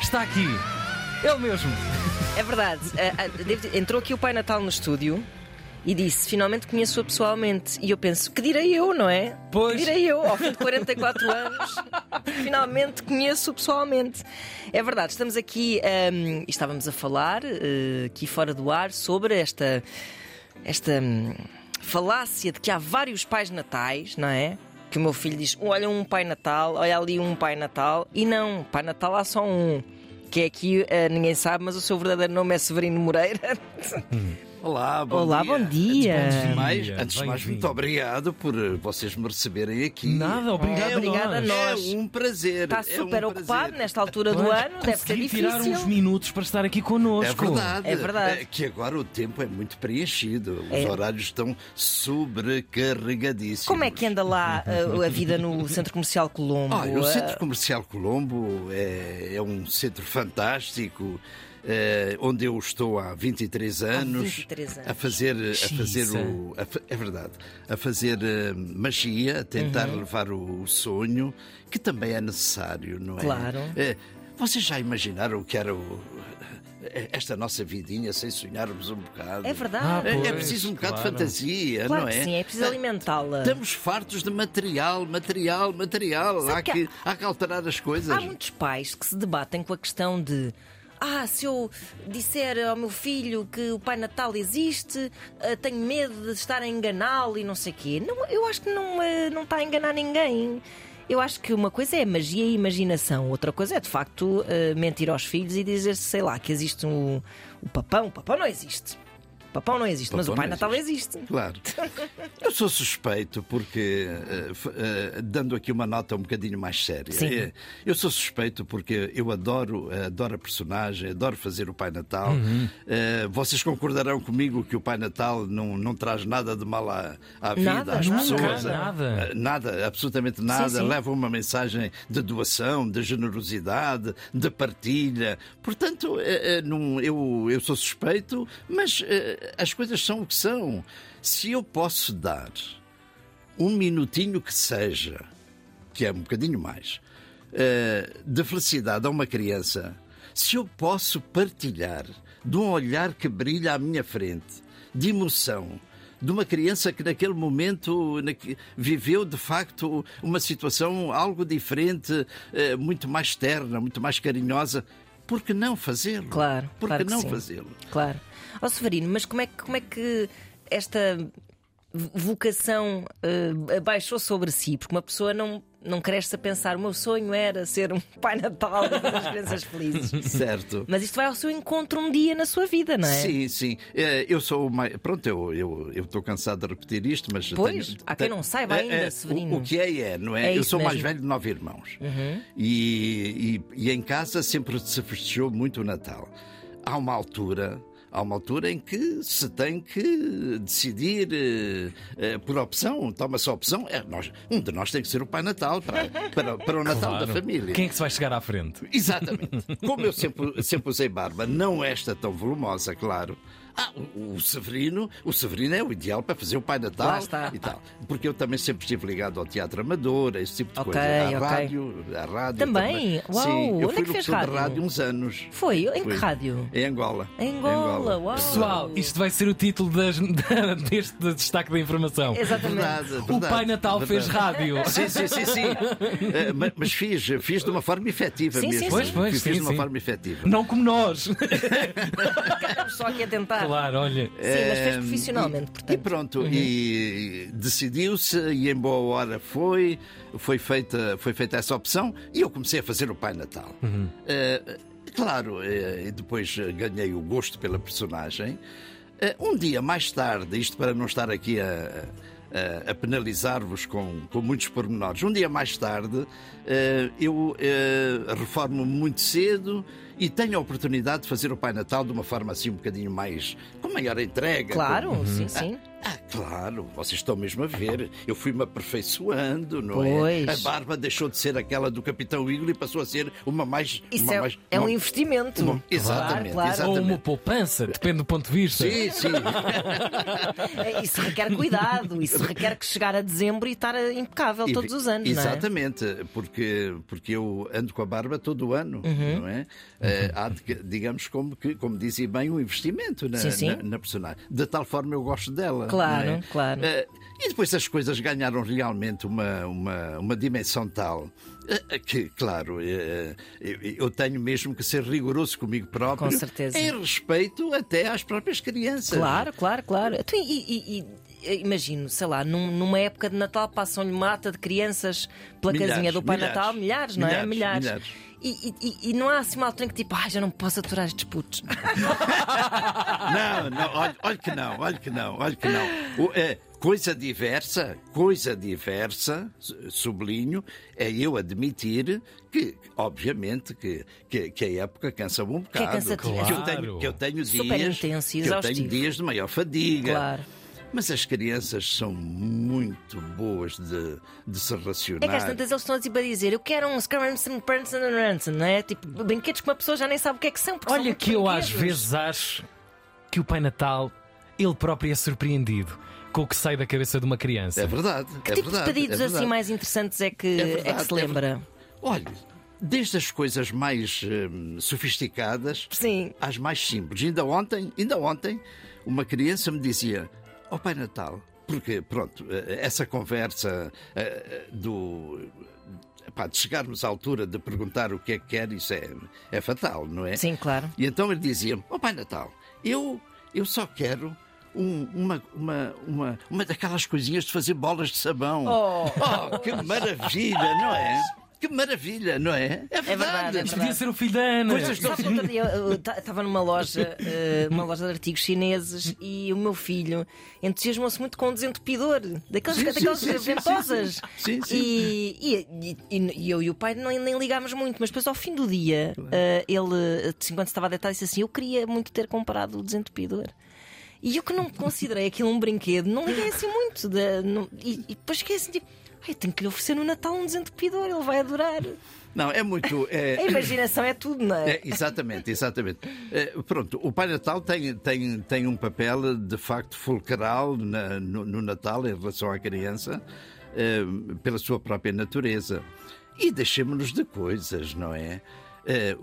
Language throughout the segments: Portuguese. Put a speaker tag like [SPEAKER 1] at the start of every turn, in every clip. [SPEAKER 1] está aqui. Ele mesmo.
[SPEAKER 2] É verdade. Ah, ah, devo dizer, Entrou aqui o Pai Natal no estúdio e disse: Finalmente conheço-a pessoalmente. E eu penso: Que direi eu, não é?
[SPEAKER 1] Pois.
[SPEAKER 2] Que direi eu, ao fim de 44 anos, finalmente conheço-o pessoalmente. É verdade, estamos aqui ahm, e estávamos a falar, eh, aqui fora do ar, sobre esta. esta hum, falácia de que há vários pais natais, não é? Que o meu filho diz: Olha um pai natal, olha ali um pai natal. E não, pai natal há só um. Que é aqui, eh, ninguém sabe, mas o seu verdadeiro nome é Severino Moreira.
[SPEAKER 3] Olá, bom
[SPEAKER 2] Olá,
[SPEAKER 3] dia.
[SPEAKER 2] bom dia.
[SPEAKER 3] Antes de mais,
[SPEAKER 1] Bom dia,
[SPEAKER 3] antes de mais
[SPEAKER 1] bem-vindo.
[SPEAKER 3] muito obrigado por eh, vocês me receberem aqui.
[SPEAKER 1] Nada, obrigado,
[SPEAKER 2] É, obrigada
[SPEAKER 1] a
[SPEAKER 2] a
[SPEAKER 1] nós.
[SPEAKER 2] nós.
[SPEAKER 3] É um prazer.
[SPEAKER 2] Está
[SPEAKER 3] é
[SPEAKER 2] super
[SPEAKER 3] um
[SPEAKER 2] ocupado né?
[SPEAKER 3] prazer.
[SPEAKER 2] nesta altura do
[SPEAKER 1] Pois,
[SPEAKER 2] ano, deve ser
[SPEAKER 1] consegui tirar uns
[SPEAKER 2] difícil.
[SPEAKER 1] minutos para estar aqui connosco.
[SPEAKER 3] É verdade.
[SPEAKER 2] É verdade.
[SPEAKER 3] Eh, Que agora o tempo é muito preenchido. Os
[SPEAKER 2] É.
[SPEAKER 3] horários estão sobrecarregadíssimos.
[SPEAKER 2] Como é que anda lá uh, a vida no Centro Comercial Colombo?
[SPEAKER 3] Olha, o
[SPEAKER 2] Uh,
[SPEAKER 3] Centro Comercial Colombo é, é um centro fantástico. eh, onde eu estou há 23 anos,
[SPEAKER 2] 23 anos.
[SPEAKER 3] a fazer a fazer o a fa- é verdade a fazer eh, magia a tentar
[SPEAKER 1] Uhum.
[SPEAKER 3] levar o, o sonho que também é necessário não é
[SPEAKER 2] Claro.
[SPEAKER 3] Eh, vocês já imaginaram o que era o- eh, esta nossa vidinha sem sonharmos um bocado
[SPEAKER 2] É
[SPEAKER 1] Ah,
[SPEAKER 2] verdade.
[SPEAKER 3] é, é
[SPEAKER 1] Pois,
[SPEAKER 3] preciso um bocado
[SPEAKER 1] claro.
[SPEAKER 3] de fantasia
[SPEAKER 2] claro
[SPEAKER 3] não
[SPEAKER 2] que
[SPEAKER 3] é
[SPEAKER 2] sim, é preciso
[SPEAKER 3] Ah,
[SPEAKER 2] alimentá-la.
[SPEAKER 3] Estamos fartos de material, material, material.
[SPEAKER 2] Sabe
[SPEAKER 3] Há
[SPEAKER 2] que
[SPEAKER 3] que, há que alterar as coisas.
[SPEAKER 2] Há muitos pais que se debatem com a questão de. Ah, se eu disser ao meu filho que o Pai Natal existe, ah, tenho medo de estar a enganá-lo e não sei quê. Não, eu acho que não, ah, não está a enganar ninguém. Eu acho que uma coisa é magia e imaginação, outra coisa é de facto ah, mentir aos filhos e dizer, sei lá, que existe um, o papão. O papão não existe. O papão não existe, mas o
[SPEAKER 3] Papão
[SPEAKER 2] Pai
[SPEAKER 3] não
[SPEAKER 2] Natal
[SPEAKER 3] existe.
[SPEAKER 2] existe.
[SPEAKER 3] Claro. Eu sou suspeito porque, eh, f- eh, dando aqui uma nota um bocadinho mais séria,
[SPEAKER 2] Sim.
[SPEAKER 3] eh, eu sou suspeito porque eu adoro, eh, adoro a personagem, adoro fazer o Pai Natal.
[SPEAKER 2] Uhum.
[SPEAKER 3] Eh, vocês concordarão comigo que o Pai Natal não, não traz nada de mal à, à vida,
[SPEAKER 2] Nada,
[SPEAKER 3] às
[SPEAKER 2] nada.
[SPEAKER 3] pessoas.
[SPEAKER 1] Nada.
[SPEAKER 3] Eh, Nada, absolutamente nada.
[SPEAKER 2] Sim, sim.
[SPEAKER 3] Leva uma mensagem de doação, de generosidade, de partilha. Portanto, eh, eh, não- eu, eu sou suspeito, mas eh, as coisas são o que são. Se eu posso dar um minutinho que seja, que é um bocadinho mais, eh, de felicidade a uma criança, se eu posso partilhar de um olhar que brilha à minha frente, de emoção, de uma criança que naquele momento naque- viveu de facto uma situação algo diferente, eh, muito mais terna, muito mais carinhosa, por que não fazê-lo?
[SPEAKER 2] Claro,
[SPEAKER 3] Por
[SPEAKER 2] claro
[SPEAKER 3] que
[SPEAKER 2] que
[SPEAKER 3] não
[SPEAKER 2] sim.
[SPEAKER 3] fazê-lo?
[SPEAKER 2] Claro. Ó Severino, mas como é que, como é que esta v- vocação eh, abaixou sobre si? Porque uma pessoa não, não cresce a pensar: o meu sonho era ser um Pai Natal das crianças felizes.
[SPEAKER 3] Certo.
[SPEAKER 2] Mas isto vai ao seu encontro um dia na sua vida, não é?
[SPEAKER 3] Sim, sim. Eh, Eu sou o mais. Pronto, eu estou eu, tô cansado de repetir isto, mas.
[SPEAKER 2] Pois,
[SPEAKER 3] tenho-
[SPEAKER 2] há quem
[SPEAKER 3] tenho-
[SPEAKER 2] não saiba
[SPEAKER 3] Eh,
[SPEAKER 2] ainda,
[SPEAKER 3] eh, o-
[SPEAKER 2] Severino.
[SPEAKER 3] O, que é, é, não é?
[SPEAKER 2] É
[SPEAKER 3] eu
[SPEAKER 2] isso
[SPEAKER 3] sou o mais
[SPEAKER 2] mesmo. Uhum.
[SPEAKER 3] velho de nove irmãos. E, e, e em casa sempre se festejou muito o Natal. Há uma altura. Há uma altura em que se tem que decidir eh, eh, por opção, toma-se a opção. É, nós, um de nós tem que ser o Pai Natal para, para, para o Natal
[SPEAKER 1] Claro.
[SPEAKER 3] da família.
[SPEAKER 1] Quem é que se vai chegar à frente?
[SPEAKER 3] Exatamente. Como eu sempre, sempre usei barba, não esta tão volumosa, claro. Ah, o, o Severino, o Severino é o ideal para fazer o Pai Natal
[SPEAKER 2] Lá está.
[SPEAKER 3] e tal. Porque eu também sempre estive ligado ao teatro amador, a esse tipo de
[SPEAKER 2] Ok,
[SPEAKER 3] coisa. À
[SPEAKER 2] ok.
[SPEAKER 3] rádio, à rádio.
[SPEAKER 2] Também? Uau,
[SPEAKER 3] Sim,
[SPEAKER 2] onde é
[SPEAKER 3] eu
[SPEAKER 2] que
[SPEAKER 3] fui
[SPEAKER 2] fez
[SPEAKER 3] locutor
[SPEAKER 2] rádio?
[SPEAKER 3] de rádio uns anos.
[SPEAKER 2] Foi? Em que
[SPEAKER 3] Fui.
[SPEAKER 2] rádio?
[SPEAKER 3] Em Angola.
[SPEAKER 2] Em Angola, uau!
[SPEAKER 1] Pessoal, isto vai ser o título das- deste destaque da informação.
[SPEAKER 2] Exatamente.
[SPEAKER 3] Verdade,
[SPEAKER 1] O
[SPEAKER 3] verdade, é
[SPEAKER 1] Pai Natal fez
[SPEAKER 3] verdade.
[SPEAKER 1] rádio.
[SPEAKER 3] Sim, sim, sim, sim. Eh, ma- mas fiz, fiz de uma forma efetiva
[SPEAKER 2] Sim, sim,
[SPEAKER 3] mesmo.
[SPEAKER 2] sim.
[SPEAKER 1] Pois, pois,
[SPEAKER 3] fiz
[SPEAKER 1] sim,
[SPEAKER 3] de uma
[SPEAKER 1] sim.
[SPEAKER 3] forma efetiva.
[SPEAKER 1] Não como nós.
[SPEAKER 2] Estamos um só aqui a tentar.
[SPEAKER 1] Claro, olha.
[SPEAKER 2] Sim, mas fez
[SPEAKER 3] Eh,
[SPEAKER 2] profissionalmente,
[SPEAKER 3] e, E
[SPEAKER 2] portanto.
[SPEAKER 3] pronto, e decidiu-se, e em boa hora foi, foi feita, foi feita essa opção, e eu comecei a fazer o Pai Natal.
[SPEAKER 2] Uhum.
[SPEAKER 3] Eh, claro, eh, e depois eh, ganhei o gosto pela personagem. Eh, um dia mais tarde, isto para não estar aqui a. a- a penalizar-vos com, com muitos pormenores. Um dia mais tarde, eh, eu eh, reformo-me muito cedo e tenho a oportunidade de fazer o Pai Natal de uma forma assim um bocadinho mais. com maior entrega. com-
[SPEAKER 2] Claro, sim, sim.
[SPEAKER 3] Ah, claro, vocês estão mesmo a ver. Eu fui-me aperfeiçoando, não
[SPEAKER 2] Pois.
[SPEAKER 3] é? A barba deixou de ser aquela do Capitão Eagle e passou a ser uma mais.
[SPEAKER 2] Isso
[SPEAKER 3] uma
[SPEAKER 2] é,
[SPEAKER 3] mais-
[SPEAKER 2] é um
[SPEAKER 3] uma-
[SPEAKER 2] investimento.
[SPEAKER 3] uma-
[SPEAKER 2] Claro,
[SPEAKER 3] Exatamente,
[SPEAKER 2] claro.
[SPEAKER 1] Ou
[SPEAKER 3] exatamente.
[SPEAKER 1] uma poupança, depende do ponto de vista.
[SPEAKER 3] Sim, sim.
[SPEAKER 2] É, Isso requer cuidado, isso requer que chegar a dezembro e estar eh, impecável
[SPEAKER 3] E-
[SPEAKER 2] todos os anos, não é?
[SPEAKER 3] Exatamente, porque, porque eu ando com a barba todo o ano,
[SPEAKER 2] Uhum.
[SPEAKER 3] não é? Eh, há, de que- digamos, como, que, como dizia bem, um investimento na,
[SPEAKER 2] Sim, sim.
[SPEAKER 3] na- na personagem. De tal forma eu gosto dela.
[SPEAKER 2] Claro,
[SPEAKER 3] não é?
[SPEAKER 2] claro.
[SPEAKER 3] Eh, e depois as coisas ganharam realmente uma, uma, uma dimensão tal eh, que, claro, eh, eu, eu tenho mesmo que ser rigoroso comigo próprio.
[SPEAKER 2] Com certeza.
[SPEAKER 3] Em respeito até às próprias crianças.
[SPEAKER 2] Claro, claro, claro. Então, e, e- e- eh, imagino, sei lá, num- numa época de Natal passam-lhe mata de crianças pela
[SPEAKER 3] Milhares,
[SPEAKER 2] casinha do Pai
[SPEAKER 3] milhares,
[SPEAKER 2] Natal, milhares, não é?
[SPEAKER 3] milhares,
[SPEAKER 2] Milhares.
[SPEAKER 3] milhares.
[SPEAKER 2] E, e- e- e não há assim uma altura em que tipo, ah, já não posso aturar estes putos.
[SPEAKER 3] Ah, Não, não, olha, olha que não, olha que não, olha que não. O- é, coisa diversa, coisa diversa, su- sublinho, é eu admitir que, obviamente, que, que, que a época cansa um bocado.
[SPEAKER 2] é cansativo.
[SPEAKER 3] que, eu
[SPEAKER 1] Claro.
[SPEAKER 3] tenho, que eu tenho dias.
[SPEAKER 2] Super intenso e
[SPEAKER 3] que eu tenho
[SPEAKER 2] exaustivo.
[SPEAKER 3] dias de maior fadiga.
[SPEAKER 2] Claro.
[SPEAKER 3] Mas as crianças são muito boas de, de se
[SPEAKER 2] É
[SPEAKER 3] racionar.
[SPEAKER 2] que às tantas eles estão tipo a dizer, eu quero um Scrum Pranson Ranson, não é? Tipo, brinquedos que uma pessoa já nem sabe o que é que são. Porque são
[SPEAKER 1] Olha
[SPEAKER 2] muito
[SPEAKER 1] que eu às
[SPEAKER 2] brinquedos.
[SPEAKER 1] vezes acho que o Pai Natal, ele próprio é surpreendido com o que sai da cabeça de uma criança.
[SPEAKER 3] É verdade.
[SPEAKER 2] Que tipo de pedidos assim mais interessantes é que,
[SPEAKER 3] É
[SPEAKER 2] é
[SPEAKER 3] verdade,
[SPEAKER 2] que se
[SPEAKER 3] é
[SPEAKER 2] lembra?
[SPEAKER 3] Olha, desde as coisas mais hum, sofisticadas
[SPEAKER 2] Sim.
[SPEAKER 3] às mais simples. Ainda ontem, ainda ontem, uma criança me dizia: "Ó Pai Natal, porque pronto, eh, essa conversa eh, do pá, de chegarmos à altura de perguntar o que é que quer, isso é, é fatal, não é?
[SPEAKER 2] Sim, claro.
[SPEAKER 3] E então ele dizia: "Ó Pai Natal, eu eu só quero um- uma, uma, uma, uma daquelas coisinhas de fazer bolas de sabão.
[SPEAKER 2] Oh.
[SPEAKER 3] Oh, que maravilha, não é? Que maravilha, não é? É
[SPEAKER 2] verdade,
[SPEAKER 3] verdade.
[SPEAKER 2] é
[SPEAKER 1] Isto
[SPEAKER 2] verdade.
[SPEAKER 1] podia ser o filho da Ana.
[SPEAKER 3] Coisas
[SPEAKER 2] Sabe que outro dia eu estava numa loja, eh, uma loja de artigos chineses e o meu filho entusiasmou-se muito com um desentupidor, daqueles,
[SPEAKER 3] Sim, sim,
[SPEAKER 2] daquelas
[SPEAKER 3] sim, sim, sim,
[SPEAKER 2] ventosas.
[SPEAKER 3] sim, sim. Sim,
[SPEAKER 2] E, e- e- e eu e o pai nem, nem ligámos muito, mas depois ao fim do dia, eh, ele, assim, quando se estava a deitar, disse assim: Eu queria muito ter comprado o desentupidor. E eu que não considerei aquilo um brinquedo, não liguei assim muito. da- não- e, e depois fiquei assim tipo: Ai, tenho que lhe oferecer no Natal um desentupidor, ele vai adorar.
[SPEAKER 3] Não, é muito.
[SPEAKER 2] A
[SPEAKER 3] É...
[SPEAKER 2] imaginação é tudo, não
[SPEAKER 3] é, exatamente, exatamente. É, pronto, o Pai Natal tem, tem, tem um papel de facto fulcral na- no, no Natal em relação à criança é, pela sua própria natureza. E deixemos-nos de coisas, não é? É,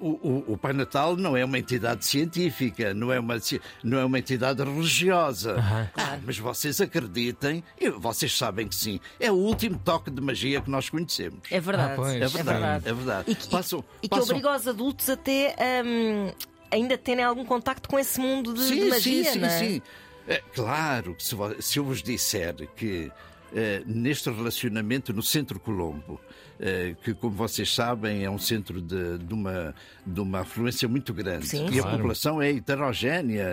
[SPEAKER 3] o, o- o Pai Natal não é uma entidade científica, não é uma, ci- não é uma entidade religiosa. Ah, mas vocês acreditem, e vocês sabem que sim, é o último toque de magia que nós conhecemos.
[SPEAKER 2] É verdade.
[SPEAKER 1] Ah, pois.
[SPEAKER 3] É verdade,
[SPEAKER 2] É verdade.
[SPEAKER 3] é verdade.
[SPEAKER 2] E que,
[SPEAKER 3] Passam-
[SPEAKER 2] e que
[SPEAKER 3] passam-
[SPEAKER 2] obriga os adultos até hum, ainda terem algum contacto com esse mundo de, de magia,
[SPEAKER 3] sim,
[SPEAKER 2] não é?
[SPEAKER 3] sim. É, claro que se, vo- se eu vos disser que eh, neste relacionamento no Centro Colombo, eh, que como vocês sabem é um centro de, de uma, de uma afluência muito grande
[SPEAKER 2] Sim, Uhum.
[SPEAKER 3] e
[SPEAKER 1] claro.
[SPEAKER 3] a população é heterogénea,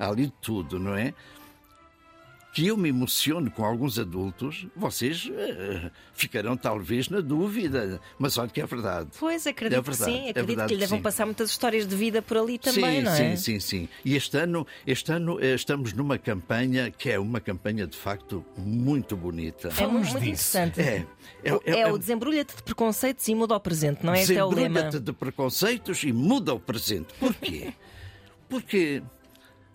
[SPEAKER 3] há- há ali de tudo, não é? Que eu me emociono com alguns adultos, vocês eh, ficarão talvez na dúvida, mas olha que é verdade.
[SPEAKER 2] Pois, acredito
[SPEAKER 3] É verdade,
[SPEAKER 2] que sim.
[SPEAKER 3] é
[SPEAKER 2] Acredito
[SPEAKER 3] verdade
[SPEAKER 2] que lhe
[SPEAKER 3] que
[SPEAKER 2] devem
[SPEAKER 3] sim.
[SPEAKER 2] passar muitas histórias de vida por ali também,
[SPEAKER 3] sim,
[SPEAKER 2] não é?
[SPEAKER 3] sim, sim, sim. E este ano, este ano eh, estamos numa campanha que é uma campanha de facto muito bonita.
[SPEAKER 2] É muito,
[SPEAKER 1] Falamos
[SPEAKER 2] muito
[SPEAKER 1] disso.
[SPEAKER 2] interessante.
[SPEAKER 3] É, é,
[SPEAKER 2] É, o desembrulha-te de preconceitos e muda ao presente, não é? Este é o lema.
[SPEAKER 3] Desembrulha-te de preconceitos e muda o presente. Porquê? Porque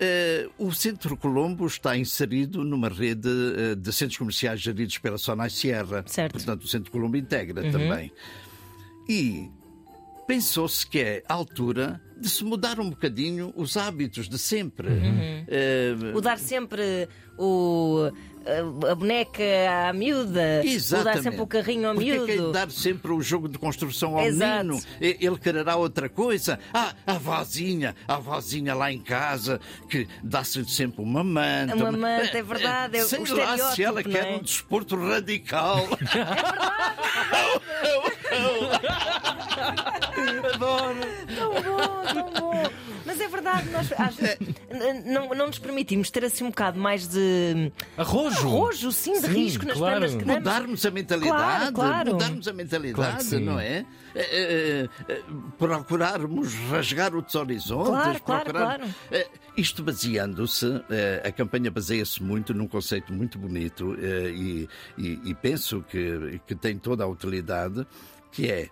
[SPEAKER 3] eh, o Centro Colombo está inserido numa rede eh, de centros comerciais geridos pela Sonai Sierra.
[SPEAKER 2] Certo. Uhum.
[SPEAKER 3] Portanto, o Centro Colombo integra também. E pensou-se que é a altura de se mudar um bocadinho os hábitos de sempre.
[SPEAKER 2] Uhum.
[SPEAKER 3] Eh,
[SPEAKER 2] O dar sempre o, a- a boneca à miúda, o dar
[SPEAKER 3] Exatamente.
[SPEAKER 2] sempre o carrinho ao
[SPEAKER 3] Porque
[SPEAKER 2] miúdo.
[SPEAKER 3] É que é dar sempre o jogo de construção ao
[SPEAKER 2] Exato.
[SPEAKER 3] menino. E- Ele quererá outra coisa. Ah, a vozinha, a vozinha lá em casa, que dá-se sempre uma manta.
[SPEAKER 2] Uma manta, é verdade, é o
[SPEAKER 3] Sei lá se ela
[SPEAKER 2] estereótipo,
[SPEAKER 3] quer
[SPEAKER 2] não é?
[SPEAKER 3] um desporto radical. É verdade. Adoro.
[SPEAKER 2] Tão bom, tão bom. Mas é é verdade, nós às vezes, n- não, não nos permitimos ter assim um bocado mais de
[SPEAKER 1] Arrojo!
[SPEAKER 2] arrojo, sim, de
[SPEAKER 1] Sim,
[SPEAKER 2] risco nas
[SPEAKER 1] claro.
[SPEAKER 2] prendas que damos.
[SPEAKER 3] Mudarmos a mentalidade,
[SPEAKER 2] Claro, claro.
[SPEAKER 3] mudarmos a
[SPEAKER 1] Claro que
[SPEAKER 3] mentalidade,
[SPEAKER 1] sim.
[SPEAKER 3] não é? Eh, eh, eh, Procurarmos rasgar outros horizontes,
[SPEAKER 2] Claro, claro,
[SPEAKER 3] procurar-
[SPEAKER 2] claro.
[SPEAKER 3] Eh, Isto baseando-se, eh, a campanha baseia-se muito num conceito muito bonito eh, e, e- e penso que, que tem toda a utilidade, que é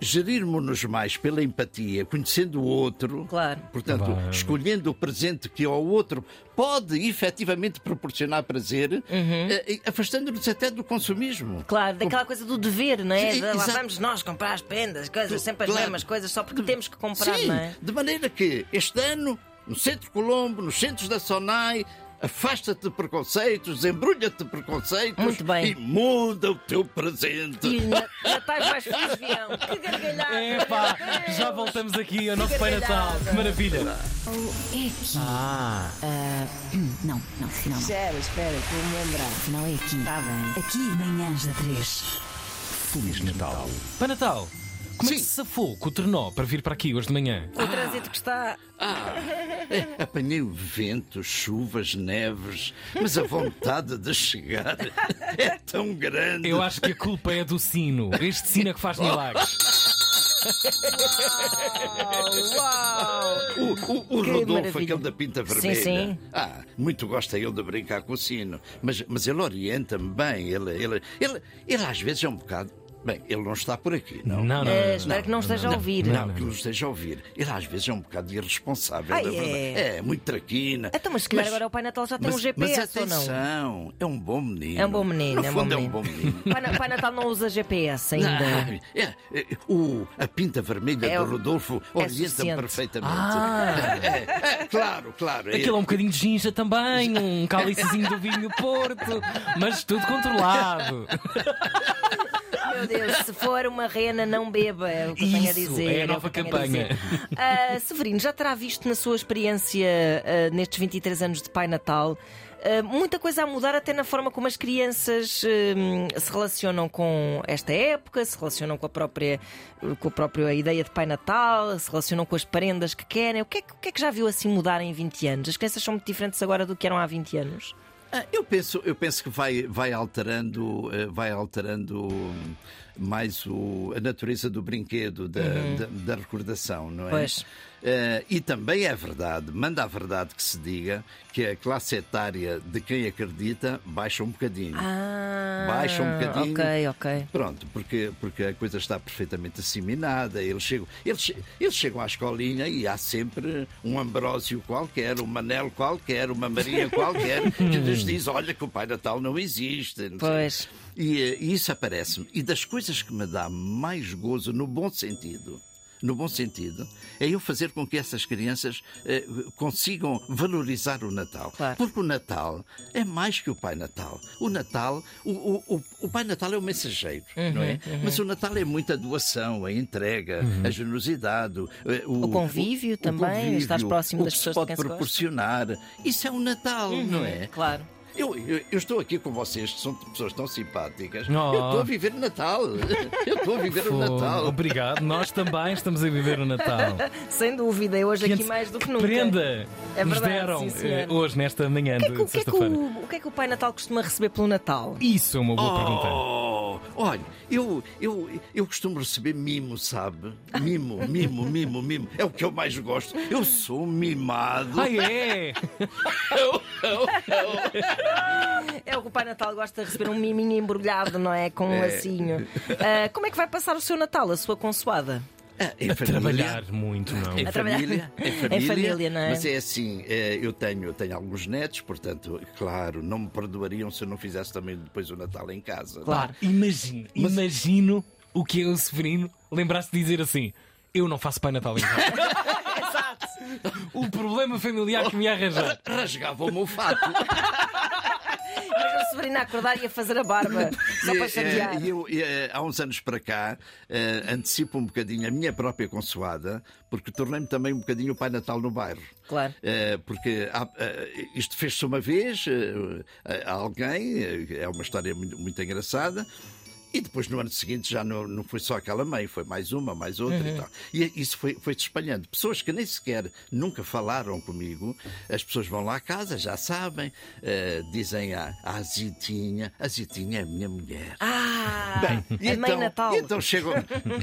[SPEAKER 3] gerirmos-nos mais pela empatia, conhecendo o outro.
[SPEAKER 2] Claro.
[SPEAKER 3] Portanto,
[SPEAKER 1] Vai.
[SPEAKER 3] escolhendo o presente que ao outro pode efetivamente proporcionar prazer, eh, e afastando-nos até do consumismo.
[SPEAKER 2] Uhum. Claro, daquela coisa do dever, não é?
[SPEAKER 3] Sim,
[SPEAKER 2] Lá
[SPEAKER 3] exato.
[SPEAKER 2] vamos nós comprar as prendas, coisas,
[SPEAKER 3] Tu-
[SPEAKER 2] sempre as
[SPEAKER 3] claro.
[SPEAKER 2] mesmas coisas, só porque temos que comprar,
[SPEAKER 3] Sim,
[SPEAKER 2] não é?
[SPEAKER 3] de maneira que este ano, no Centro Colombo, nos centros da SONAI, afasta-te de preconceitos, embrulha-te de preconceitos
[SPEAKER 2] Muito bem.
[SPEAKER 3] e muda o teu presente.
[SPEAKER 2] E na- Natais mais feliz, Vião. Que gargalhada!
[SPEAKER 1] Epá, É, já voltamos aqui ao nosso Pai Natal. Que maravilha!
[SPEAKER 4] É aqui.
[SPEAKER 1] Ah,
[SPEAKER 4] Não, não, não.
[SPEAKER 5] Espera, espera, que eu me lembrar.
[SPEAKER 4] Não é aqui.
[SPEAKER 5] Está bem.
[SPEAKER 4] Aqui manhãs da 3.
[SPEAKER 1] Pai Natal! Como é que
[SPEAKER 3] Sim.
[SPEAKER 1] se safou com o Ternó para vir para aqui hoje de manhã?
[SPEAKER 2] O trânsito que está.
[SPEAKER 3] É, apanhei o vento, chuvas, neves, mas a vontade de chegar é tão grande.
[SPEAKER 1] Eu acho que a culpa é do sino. Este sino é que faz milagres.
[SPEAKER 2] Uau!
[SPEAKER 3] O, o- o
[SPEAKER 2] Que
[SPEAKER 3] Rodolfo,
[SPEAKER 2] maravilha.
[SPEAKER 3] aquele da pinta
[SPEAKER 2] Sim,
[SPEAKER 3] vermelha.
[SPEAKER 2] sim.
[SPEAKER 3] Ah, muito gosta ele de brincar com o sino. Mas, mas ele orienta-me bem. Ele, ele, ele, ele às vezes é um bocado. Bem, ele não está por aqui, não?
[SPEAKER 1] Não, não. não,
[SPEAKER 2] Eh,
[SPEAKER 1] não.
[SPEAKER 2] espero que não esteja a ouvir.
[SPEAKER 3] Não, que nos esteja a ouvir. Ele às vezes é um bocado irresponsável,
[SPEAKER 2] Ah,
[SPEAKER 3] é verdade.
[SPEAKER 2] é?
[SPEAKER 3] É, muito traquina.
[SPEAKER 2] Então, mas se calhar agora o Pai Natal já tem
[SPEAKER 3] mas,
[SPEAKER 2] um GPS
[SPEAKER 3] mas
[SPEAKER 2] ou não?
[SPEAKER 3] atenção, é um bom menino.
[SPEAKER 2] É um bom menino,
[SPEAKER 3] No
[SPEAKER 2] é um
[SPEAKER 3] fundo,
[SPEAKER 2] bom
[SPEAKER 3] é um bom menino.
[SPEAKER 2] Pai, Na- Pai Natal não usa GPS ainda.
[SPEAKER 3] Não, é, é, o, a pinta vermelha
[SPEAKER 2] É
[SPEAKER 3] do
[SPEAKER 2] o-
[SPEAKER 3] Rodolfo
[SPEAKER 2] é
[SPEAKER 3] orienta
[SPEAKER 2] suficiente.
[SPEAKER 3] perfeitamente.
[SPEAKER 1] Ah.
[SPEAKER 3] É, é, claro, claro. é-
[SPEAKER 1] Aquilo é um bocadinho de ginja também, um cálicezinho do vinho Porto, mas tudo controlado.
[SPEAKER 2] Meu Deus, se for uma rena, não beba, é o que eu tenho a
[SPEAKER 1] Isso,
[SPEAKER 2] dizer.
[SPEAKER 1] é a
[SPEAKER 2] o
[SPEAKER 1] nova
[SPEAKER 2] que eu tenho a dizer. Ah, Severino, já terá visto na sua experiência ah, nestes 23 anos de Pai Natal ah, muita coisa a mudar, até na forma como as crianças hum, se relacionam com esta época, se relacionam com a própria com a própria ideia de Pai Natal, se relacionam com as prendas que querem. O que é que, o que é que já viu assim mudar em 20 anos? As crianças são muito diferentes agora do que eram há 20 anos.
[SPEAKER 3] Ah, Eu penso, eu penso que vai, vai alterando, eh, vai alterando hum, mais o- a natureza do brinquedo, da, da- da recordação, não é?
[SPEAKER 2] Uhum. Pois.
[SPEAKER 3] Eh, e também é verdade, manda a verdade que se diga que a classe etária de quem acredita baixa um bocadinho.
[SPEAKER 2] Ah,
[SPEAKER 3] Baixa um bocadinho.
[SPEAKER 2] Ok, ok.
[SPEAKER 3] Pronto, porque, porque a coisa está perfeitamente disseminada. Eles chegam, eles, che- eles chegam à escolinha e há sempre um Ambrósio qualquer, um Manel qualquer, uma Maria qualquer, que lhes diz: olha, que o Pai Natal não existe. não sei.
[SPEAKER 2] Hum. Pois.
[SPEAKER 3] E, eh, e isso aparece-me. E das coisas que me dá mais gozo, no bom sentido. No bom sentido, é eu fazer com que essas crianças eh, consigam valorizar o Natal.
[SPEAKER 2] Claro.
[SPEAKER 3] Porque o Natal é mais que o Pai Natal. O Natal, o, o- o- o Pai Natal é o mensageiro, não é?
[SPEAKER 2] Uhum,
[SPEAKER 3] Mas o Natal é muita doação, a entrega, a generosidade, o, eh,
[SPEAKER 2] O convívio também, estás próximo
[SPEAKER 3] o
[SPEAKER 2] das
[SPEAKER 3] que
[SPEAKER 2] pessoas
[SPEAKER 3] se
[SPEAKER 2] de
[SPEAKER 3] pode
[SPEAKER 2] quem se gosta.
[SPEAKER 3] proporcionar. Isso é um Natal,
[SPEAKER 2] Uhum.
[SPEAKER 3] não é?
[SPEAKER 2] Claro.
[SPEAKER 3] Eu, eu- eu estou aqui com vocês, que são pessoas tão simpáticas.
[SPEAKER 1] Oh.
[SPEAKER 3] Eu estou a viver Natal. Eu estou a viver o
[SPEAKER 1] Oh,
[SPEAKER 3] Natal.
[SPEAKER 1] Obrigado, nós também estamos a viviver o Natal.
[SPEAKER 2] Sem dúvida, eu hoje aqui
[SPEAKER 1] Gente,
[SPEAKER 2] mais do que, nunca.
[SPEAKER 1] Prenda!
[SPEAKER 2] É
[SPEAKER 1] nos
[SPEAKER 2] verdade,
[SPEAKER 1] deram
[SPEAKER 2] sim, senhora.
[SPEAKER 1] eh, hoje, nesta manhã
[SPEAKER 2] O que, é
[SPEAKER 1] de
[SPEAKER 2] que, o, que é que
[SPEAKER 1] sexta-feira.
[SPEAKER 2] o, o que é que o Pai Natal costuma receber pelo Natal?
[SPEAKER 1] Isso é uma boa pergunta.
[SPEAKER 3] Oh, olha, eu, eu, eu costumo receber mimo, sabe? Mimo, mimo, mimo, mimo. É o que eu mais gosto. Eu sou mimado.
[SPEAKER 1] Ah, é!
[SPEAKER 2] É o que o Pai Natal gosta de receber um miminho embrulhado, não é? Com um lacinho. Ah, como é que vai passar o seu Natal, a sua consoada?
[SPEAKER 3] Ah, em família.
[SPEAKER 1] Trabalhar muito, não?
[SPEAKER 3] Em
[SPEAKER 2] A trabalhar.
[SPEAKER 3] família, em
[SPEAKER 2] Em
[SPEAKER 3] família,
[SPEAKER 2] família, não é?
[SPEAKER 3] Mas é assim, eh, eu tenho, eu tenho alguns netos, portanto, claro, não me perdoariam se eu não fizesse também depois o Natal em casa.
[SPEAKER 1] Pá, imagino, imagino o que é o Severino lembrar-se de dizer assim: Eu não faço Pai Natal em casa.
[SPEAKER 2] Exato.
[SPEAKER 1] o problema familiar que me arranjar.
[SPEAKER 3] Rasgavam-me o fato.
[SPEAKER 2] Mas o sobrinho a acordar e a fazer a barba. Só para
[SPEAKER 3] E, eh,
[SPEAKER 2] chatear.
[SPEAKER 3] e eu, eh, há uns anos para cá, eh, antecipo um bocadinho a minha própria consoada, porque tornei-me também um bocadinho o Pai Natal no bairro.
[SPEAKER 2] Claro.
[SPEAKER 3] Eh, porque há- eh, isto é, fez-se uma vez eh, a a alguém, eh, é uma história muito, muito engraçada. E depois no ano seguinte já não, não foi só aquela mãe, foi mais uma, mais outra e tal. E isso foi, foi se espalhando. Pessoas que nem sequer nunca falaram comigo, as pessoas vão lá à casa, já sabem, eh, dizem à, à Zitinha, a Zitinha é a minha mulher.
[SPEAKER 2] Ah!
[SPEAKER 3] E
[SPEAKER 2] a Mãe Natal.
[SPEAKER 3] Então chegam,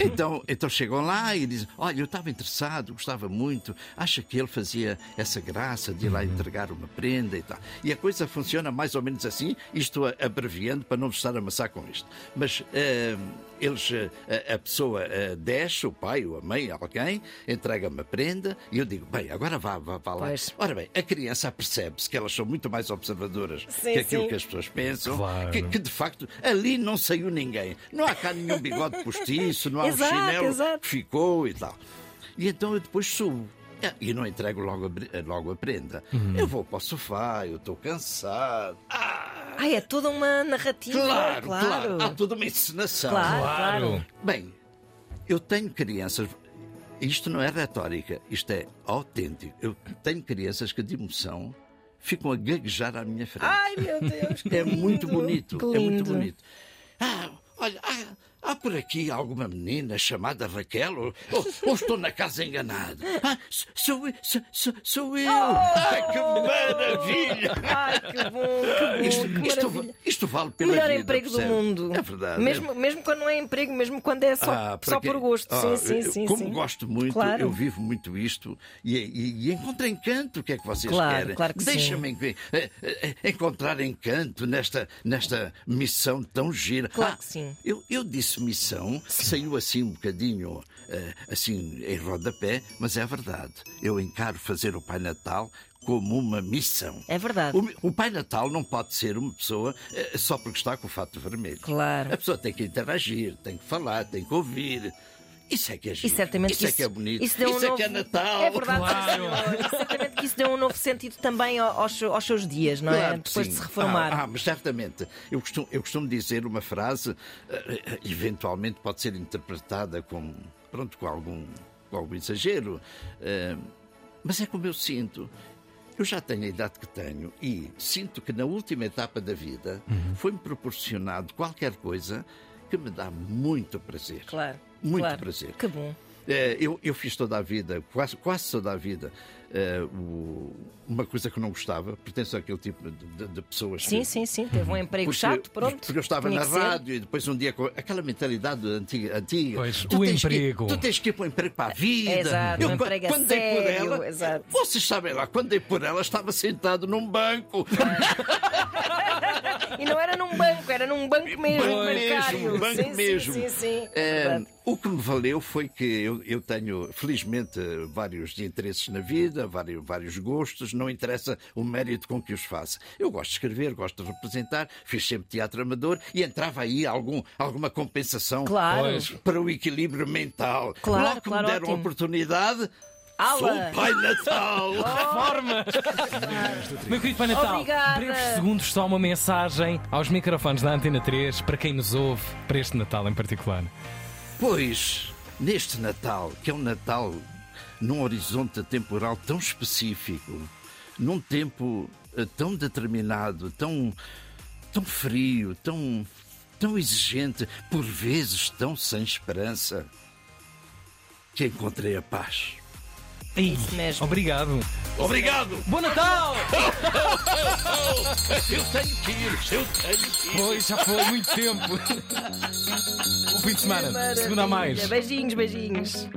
[SPEAKER 3] então, então chegam lá e dizem: Olha, eu estava interessado, gostava muito, acha que ele fazia essa graça de ir lá entregar uma prenda e tal. E a coisa funciona mais ou menos assim, e estou a- abreviando para não vos estar a amassar com isto. Mas eh, eles, eh, a, a pessoa eh, desce, o pai ou a mãe, alguém, entrega uma prenda e eu digo: Bem, agora vá, vá, vá lá.
[SPEAKER 2] Pois.
[SPEAKER 3] Ora bem, a criança percebe-se que elas são muito mais observadoras
[SPEAKER 2] Sim,
[SPEAKER 3] que aquilo
[SPEAKER 2] sim.
[SPEAKER 3] que as pessoas pensam,
[SPEAKER 1] Claro.
[SPEAKER 3] que- que de facto ali não saiu ninguém. Não há cá nenhum bigode postiço, não há
[SPEAKER 2] Exato,
[SPEAKER 3] um chinelo
[SPEAKER 2] exato.
[SPEAKER 3] que ficou e tal. E então eu depois subo. Ah, E não entrego logo a, bre- logo a prenda.
[SPEAKER 2] Uhum.
[SPEAKER 3] Eu vou para o sofá, eu estou cansado. Ah,
[SPEAKER 2] Ah, é toda uma narrativa.
[SPEAKER 3] claro, claro,
[SPEAKER 2] claro.
[SPEAKER 3] Há toda uma encenação.
[SPEAKER 2] Claro,
[SPEAKER 1] Claro.
[SPEAKER 3] Bem, eu tenho crianças. Isto não é retórica, isto é autêntico. Eu tenho crianças que de emoção ficam a gaguejar à minha frente.
[SPEAKER 2] Ai, meu Deus. que
[SPEAKER 3] É muito
[SPEAKER 2] lindo,
[SPEAKER 3] bonito.
[SPEAKER 2] que
[SPEAKER 3] É muito
[SPEAKER 2] lindo.
[SPEAKER 3] bonito. Ah, olha, há, há por aqui alguma menina chamada Raquel? Ou, ou- ou estou na casa enganado? Ah, s- sou, eu, s- s- sou
[SPEAKER 2] Oh!
[SPEAKER 3] eu! Ah, que maravilha!
[SPEAKER 2] Ai, que bom, que bom,
[SPEAKER 3] Isto,
[SPEAKER 2] que
[SPEAKER 3] isto va-
[SPEAKER 2] maravilha.
[SPEAKER 3] isto vale pela
[SPEAKER 2] Melhor
[SPEAKER 3] vida,
[SPEAKER 2] emprego do
[SPEAKER 3] percebe?
[SPEAKER 2] mundo.
[SPEAKER 3] É verdade.
[SPEAKER 2] Mesmo, mesmo quando não é emprego, mesmo quando é só,
[SPEAKER 3] Ah, para
[SPEAKER 2] só
[SPEAKER 3] quê?
[SPEAKER 2] por gosto.
[SPEAKER 3] Ah,
[SPEAKER 2] sim, sim,
[SPEAKER 3] eu-
[SPEAKER 2] sim.
[SPEAKER 3] Como
[SPEAKER 2] sim.
[SPEAKER 3] gosto muito,
[SPEAKER 2] Claro.
[SPEAKER 3] eu vivo muito isto e, e, e encontro encanto. O que é que vocês
[SPEAKER 2] Claro,
[SPEAKER 3] querem?
[SPEAKER 2] claro que sim.
[SPEAKER 3] Deixa-me enque- eh, eh, encontrar encanto nesta, nesta missão tão gira. Ah,
[SPEAKER 2] Claro que sim.
[SPEAKER 3] Eu, eu disse missão, saiu assim um bocadinho, eh, assim, em rodapé, mas é verdade. Eu encaro fazer o Pai Natal como uma missão.
[SPEAKER 2] É verdade.
[SPEAKER 3] O, mi- o Pai Natal não pode ser uma pessoa eh, só porque está com o fato vermelho.
[SPEAKER 2] Claro.
[SPEAKER 3] A pessoa tem que interagir, tem que falar, tem que ouvir. Isso é que é giro.
[SPEAKER 2] E certamente
[SPEAKER 3] isso, é que é bonito. Isso,
[SPEAKER 2] deu um
[SPEAKER 3] é que é
[SPEAKER 2] novo-
[SPEAKER 3] Natal.
[SPEAKER 2] É verdade,
[SPEAKER 1] Claro.
[SPEAKER 2] sim, senhor. E certamente que isso deu um novo sentido também ao- aos, aos seus dias, não é?
[SPEAKER 3] Claro que
[SPEAKER 2] Depois
[SPEAKER 3] sim.
[SPEAKER 2] de se reformar.
[SPEAKER 3] Ah, ah, mas certamente. Eu costumo, eu costumo dizer uma frase, eh, eh, eventualmente pode ser interpretada com, pronto, com, algum, com algum exagero, eh, mas é como eu sinto. Eu já tenho a idade que tenho e sinto que na última etapa da vida foi-me proporcionado qualquer coisa que me dá muito prazer.
[SPEAKER 2] Claro.
[SPEAKER 3] Muito
[SPEAKER 2] claro.
[SPEAKER 3] prazer.
[SPEAKER 2] Que bom.
[SPEAKER 3] É, eu, eu fiz toda a vida, quase, quase toda a vida, é, o- uma coisa que não gostava, pertenço àquele tipo de, de- de pessoas
[SPEAKER 2] Sim,
[SPEAKER 3] que.
[SPEAKER 2] sim, sim. Teve um emprego
[SPEAKER 3] porque-
[SPEAKER 2] chato, pronto.
[SPEAKER 3] Uhum. Porque eu estava
[SPEAKER 2] Tinha
[SPEAKER 3] na
[SPEAKER 2] que ser.
[SPEAKER 3] rádio e depois um dia com aquela mentalidade antiga. antiga
[SPEAKER 1] Pois,
[SPEAKER 3] Tu
[SPEAKER 1] o
[SPEAKER 3] tens que-
[SPEAKER 1] emprego.
[SPEAKER 3] tu tens que ir para o emprego para a vida.
[SPEAKER 2] Exato, um
[SPEAKER 3] qua-
[SPEAKER 2] emprego a
[SPEAKER 3] quando dei por
[SPEAKER 2] sério,
[SPEAKER 3] ela,
[SPEAKER 2] exato.
[SPEAKER 3] vocês sabem lá, quando dei por ela, estava sentado num banco.
[SPEAKER 2] E não era num banco, era num banco mesmo,
[SPEAKER 3] Banco
[SPEAKER 2] bancário.
[SPEAKER 3] mesmo, banco
[SPEAKER 2] sim,
[SPEAKER 3] mesmo.
[SPEAKER 2] Sim, sim, sim.
[SPEAKER 3] É,
[SPEAKER 2] Verdade.
[SPEAKER 3] o que me valeu foi que eu, eu tenho, felizmente, vários interesses na vida, vários, vários gostos, não interessa o mérito com que os faço. Eu gosto de escrever, gosto de representar, fiz sempre teatro amador e entrava aí algum, alguma compensação
[SPEAKER 2] Claro.
[SPEAKER 1] Pois.
[SPEAKER 3] para o equilíbrio mental.
[SPEAKER 2] Claro,
[SPEAKER 3] Logo que
[SPEAKER 2] claro,
[SPEAKER 3] me deram a
[SPEAKER 2] ótimo.
[SPEAKER 3] oportunidade, sou
[SPEAKER 2] Ala!
[SPEAKER 3] o Pai Natal!
[SPEAKER 1] Forma! Meu querido Pai Natal,
[SPEAKER 2] Obrigada.
[SPEAKER 1] breves segundos só uma mensagem aos microfones da Antena 3 para quem nos ouve, para este Natal em particular.
[SPEAKER 3] Pois, neste Natal, que é um Natal num horizonte temporal tão específico, num tempo eh, tão determinado, tão, tão frio, tão, tão exigente, por vezes tão sem esperança, que encontrei a paz.
[SPEAKER 2] é Isso mesmo.
[SPEAKER 1] Obrigado.
[SPEAKER 3] Obrigado!
[SPEAKER 1] Bom Natal!
[SPEAKER 3] Eu tenho que ir, eu tenho que ir!
[SPEAKER 1] Pois, já foi há muito tempo. Bom fim de semana. Segunda a mais.
[SPEAKER 2] Beijinhos, beijinhos.